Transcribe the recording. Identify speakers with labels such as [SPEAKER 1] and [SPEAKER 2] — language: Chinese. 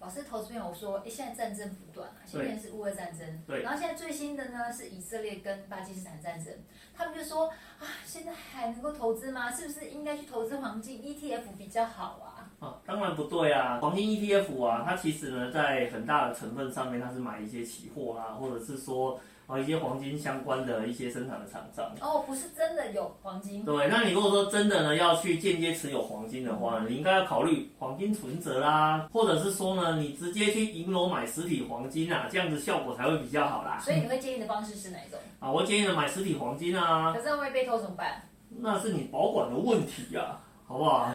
[SPEAKER 1] 老师投资朋友说，哎，现在战争不断啊，前
[SPEAKER 2] 对
[SPEAKER 1] 面是乌俄战争，
[SPEAKER 2] 对
[SPEAKER 1] 然后现在最新的呢是以色列跟巴基斯坦战争，他们就说啊，现在还能够投资吗？是不是应该去投资黄金 ETF 比较好啊？
[SPEAKER 2] 啊，当然不对啊！黄金 ETF 啊，它其实呢，在很大的成分上面，它是买一些期货啊，或者是说啊一些黄金相关的一些生产的厂商。
[SPEAKER 1] 哦，不是真的有黄金，
[SPEAKER 2] 对，那你如果说真的呢要去间接持有黄金的话，你应该要考虑黄金存折啦，或者是说呢，你直接去银楼买实体黄金啊，这样子效果才会比较好啦。
[SPEAKER 1] 所以你会建议的方式是哪一种？
[SPEAKER 2] 啊，我建议呢买实体黄金啊，
[SPEAKER 1] 可是万一被偷怎么办？
[SPEAKER 2] 那是你保管的问题啊，好不好？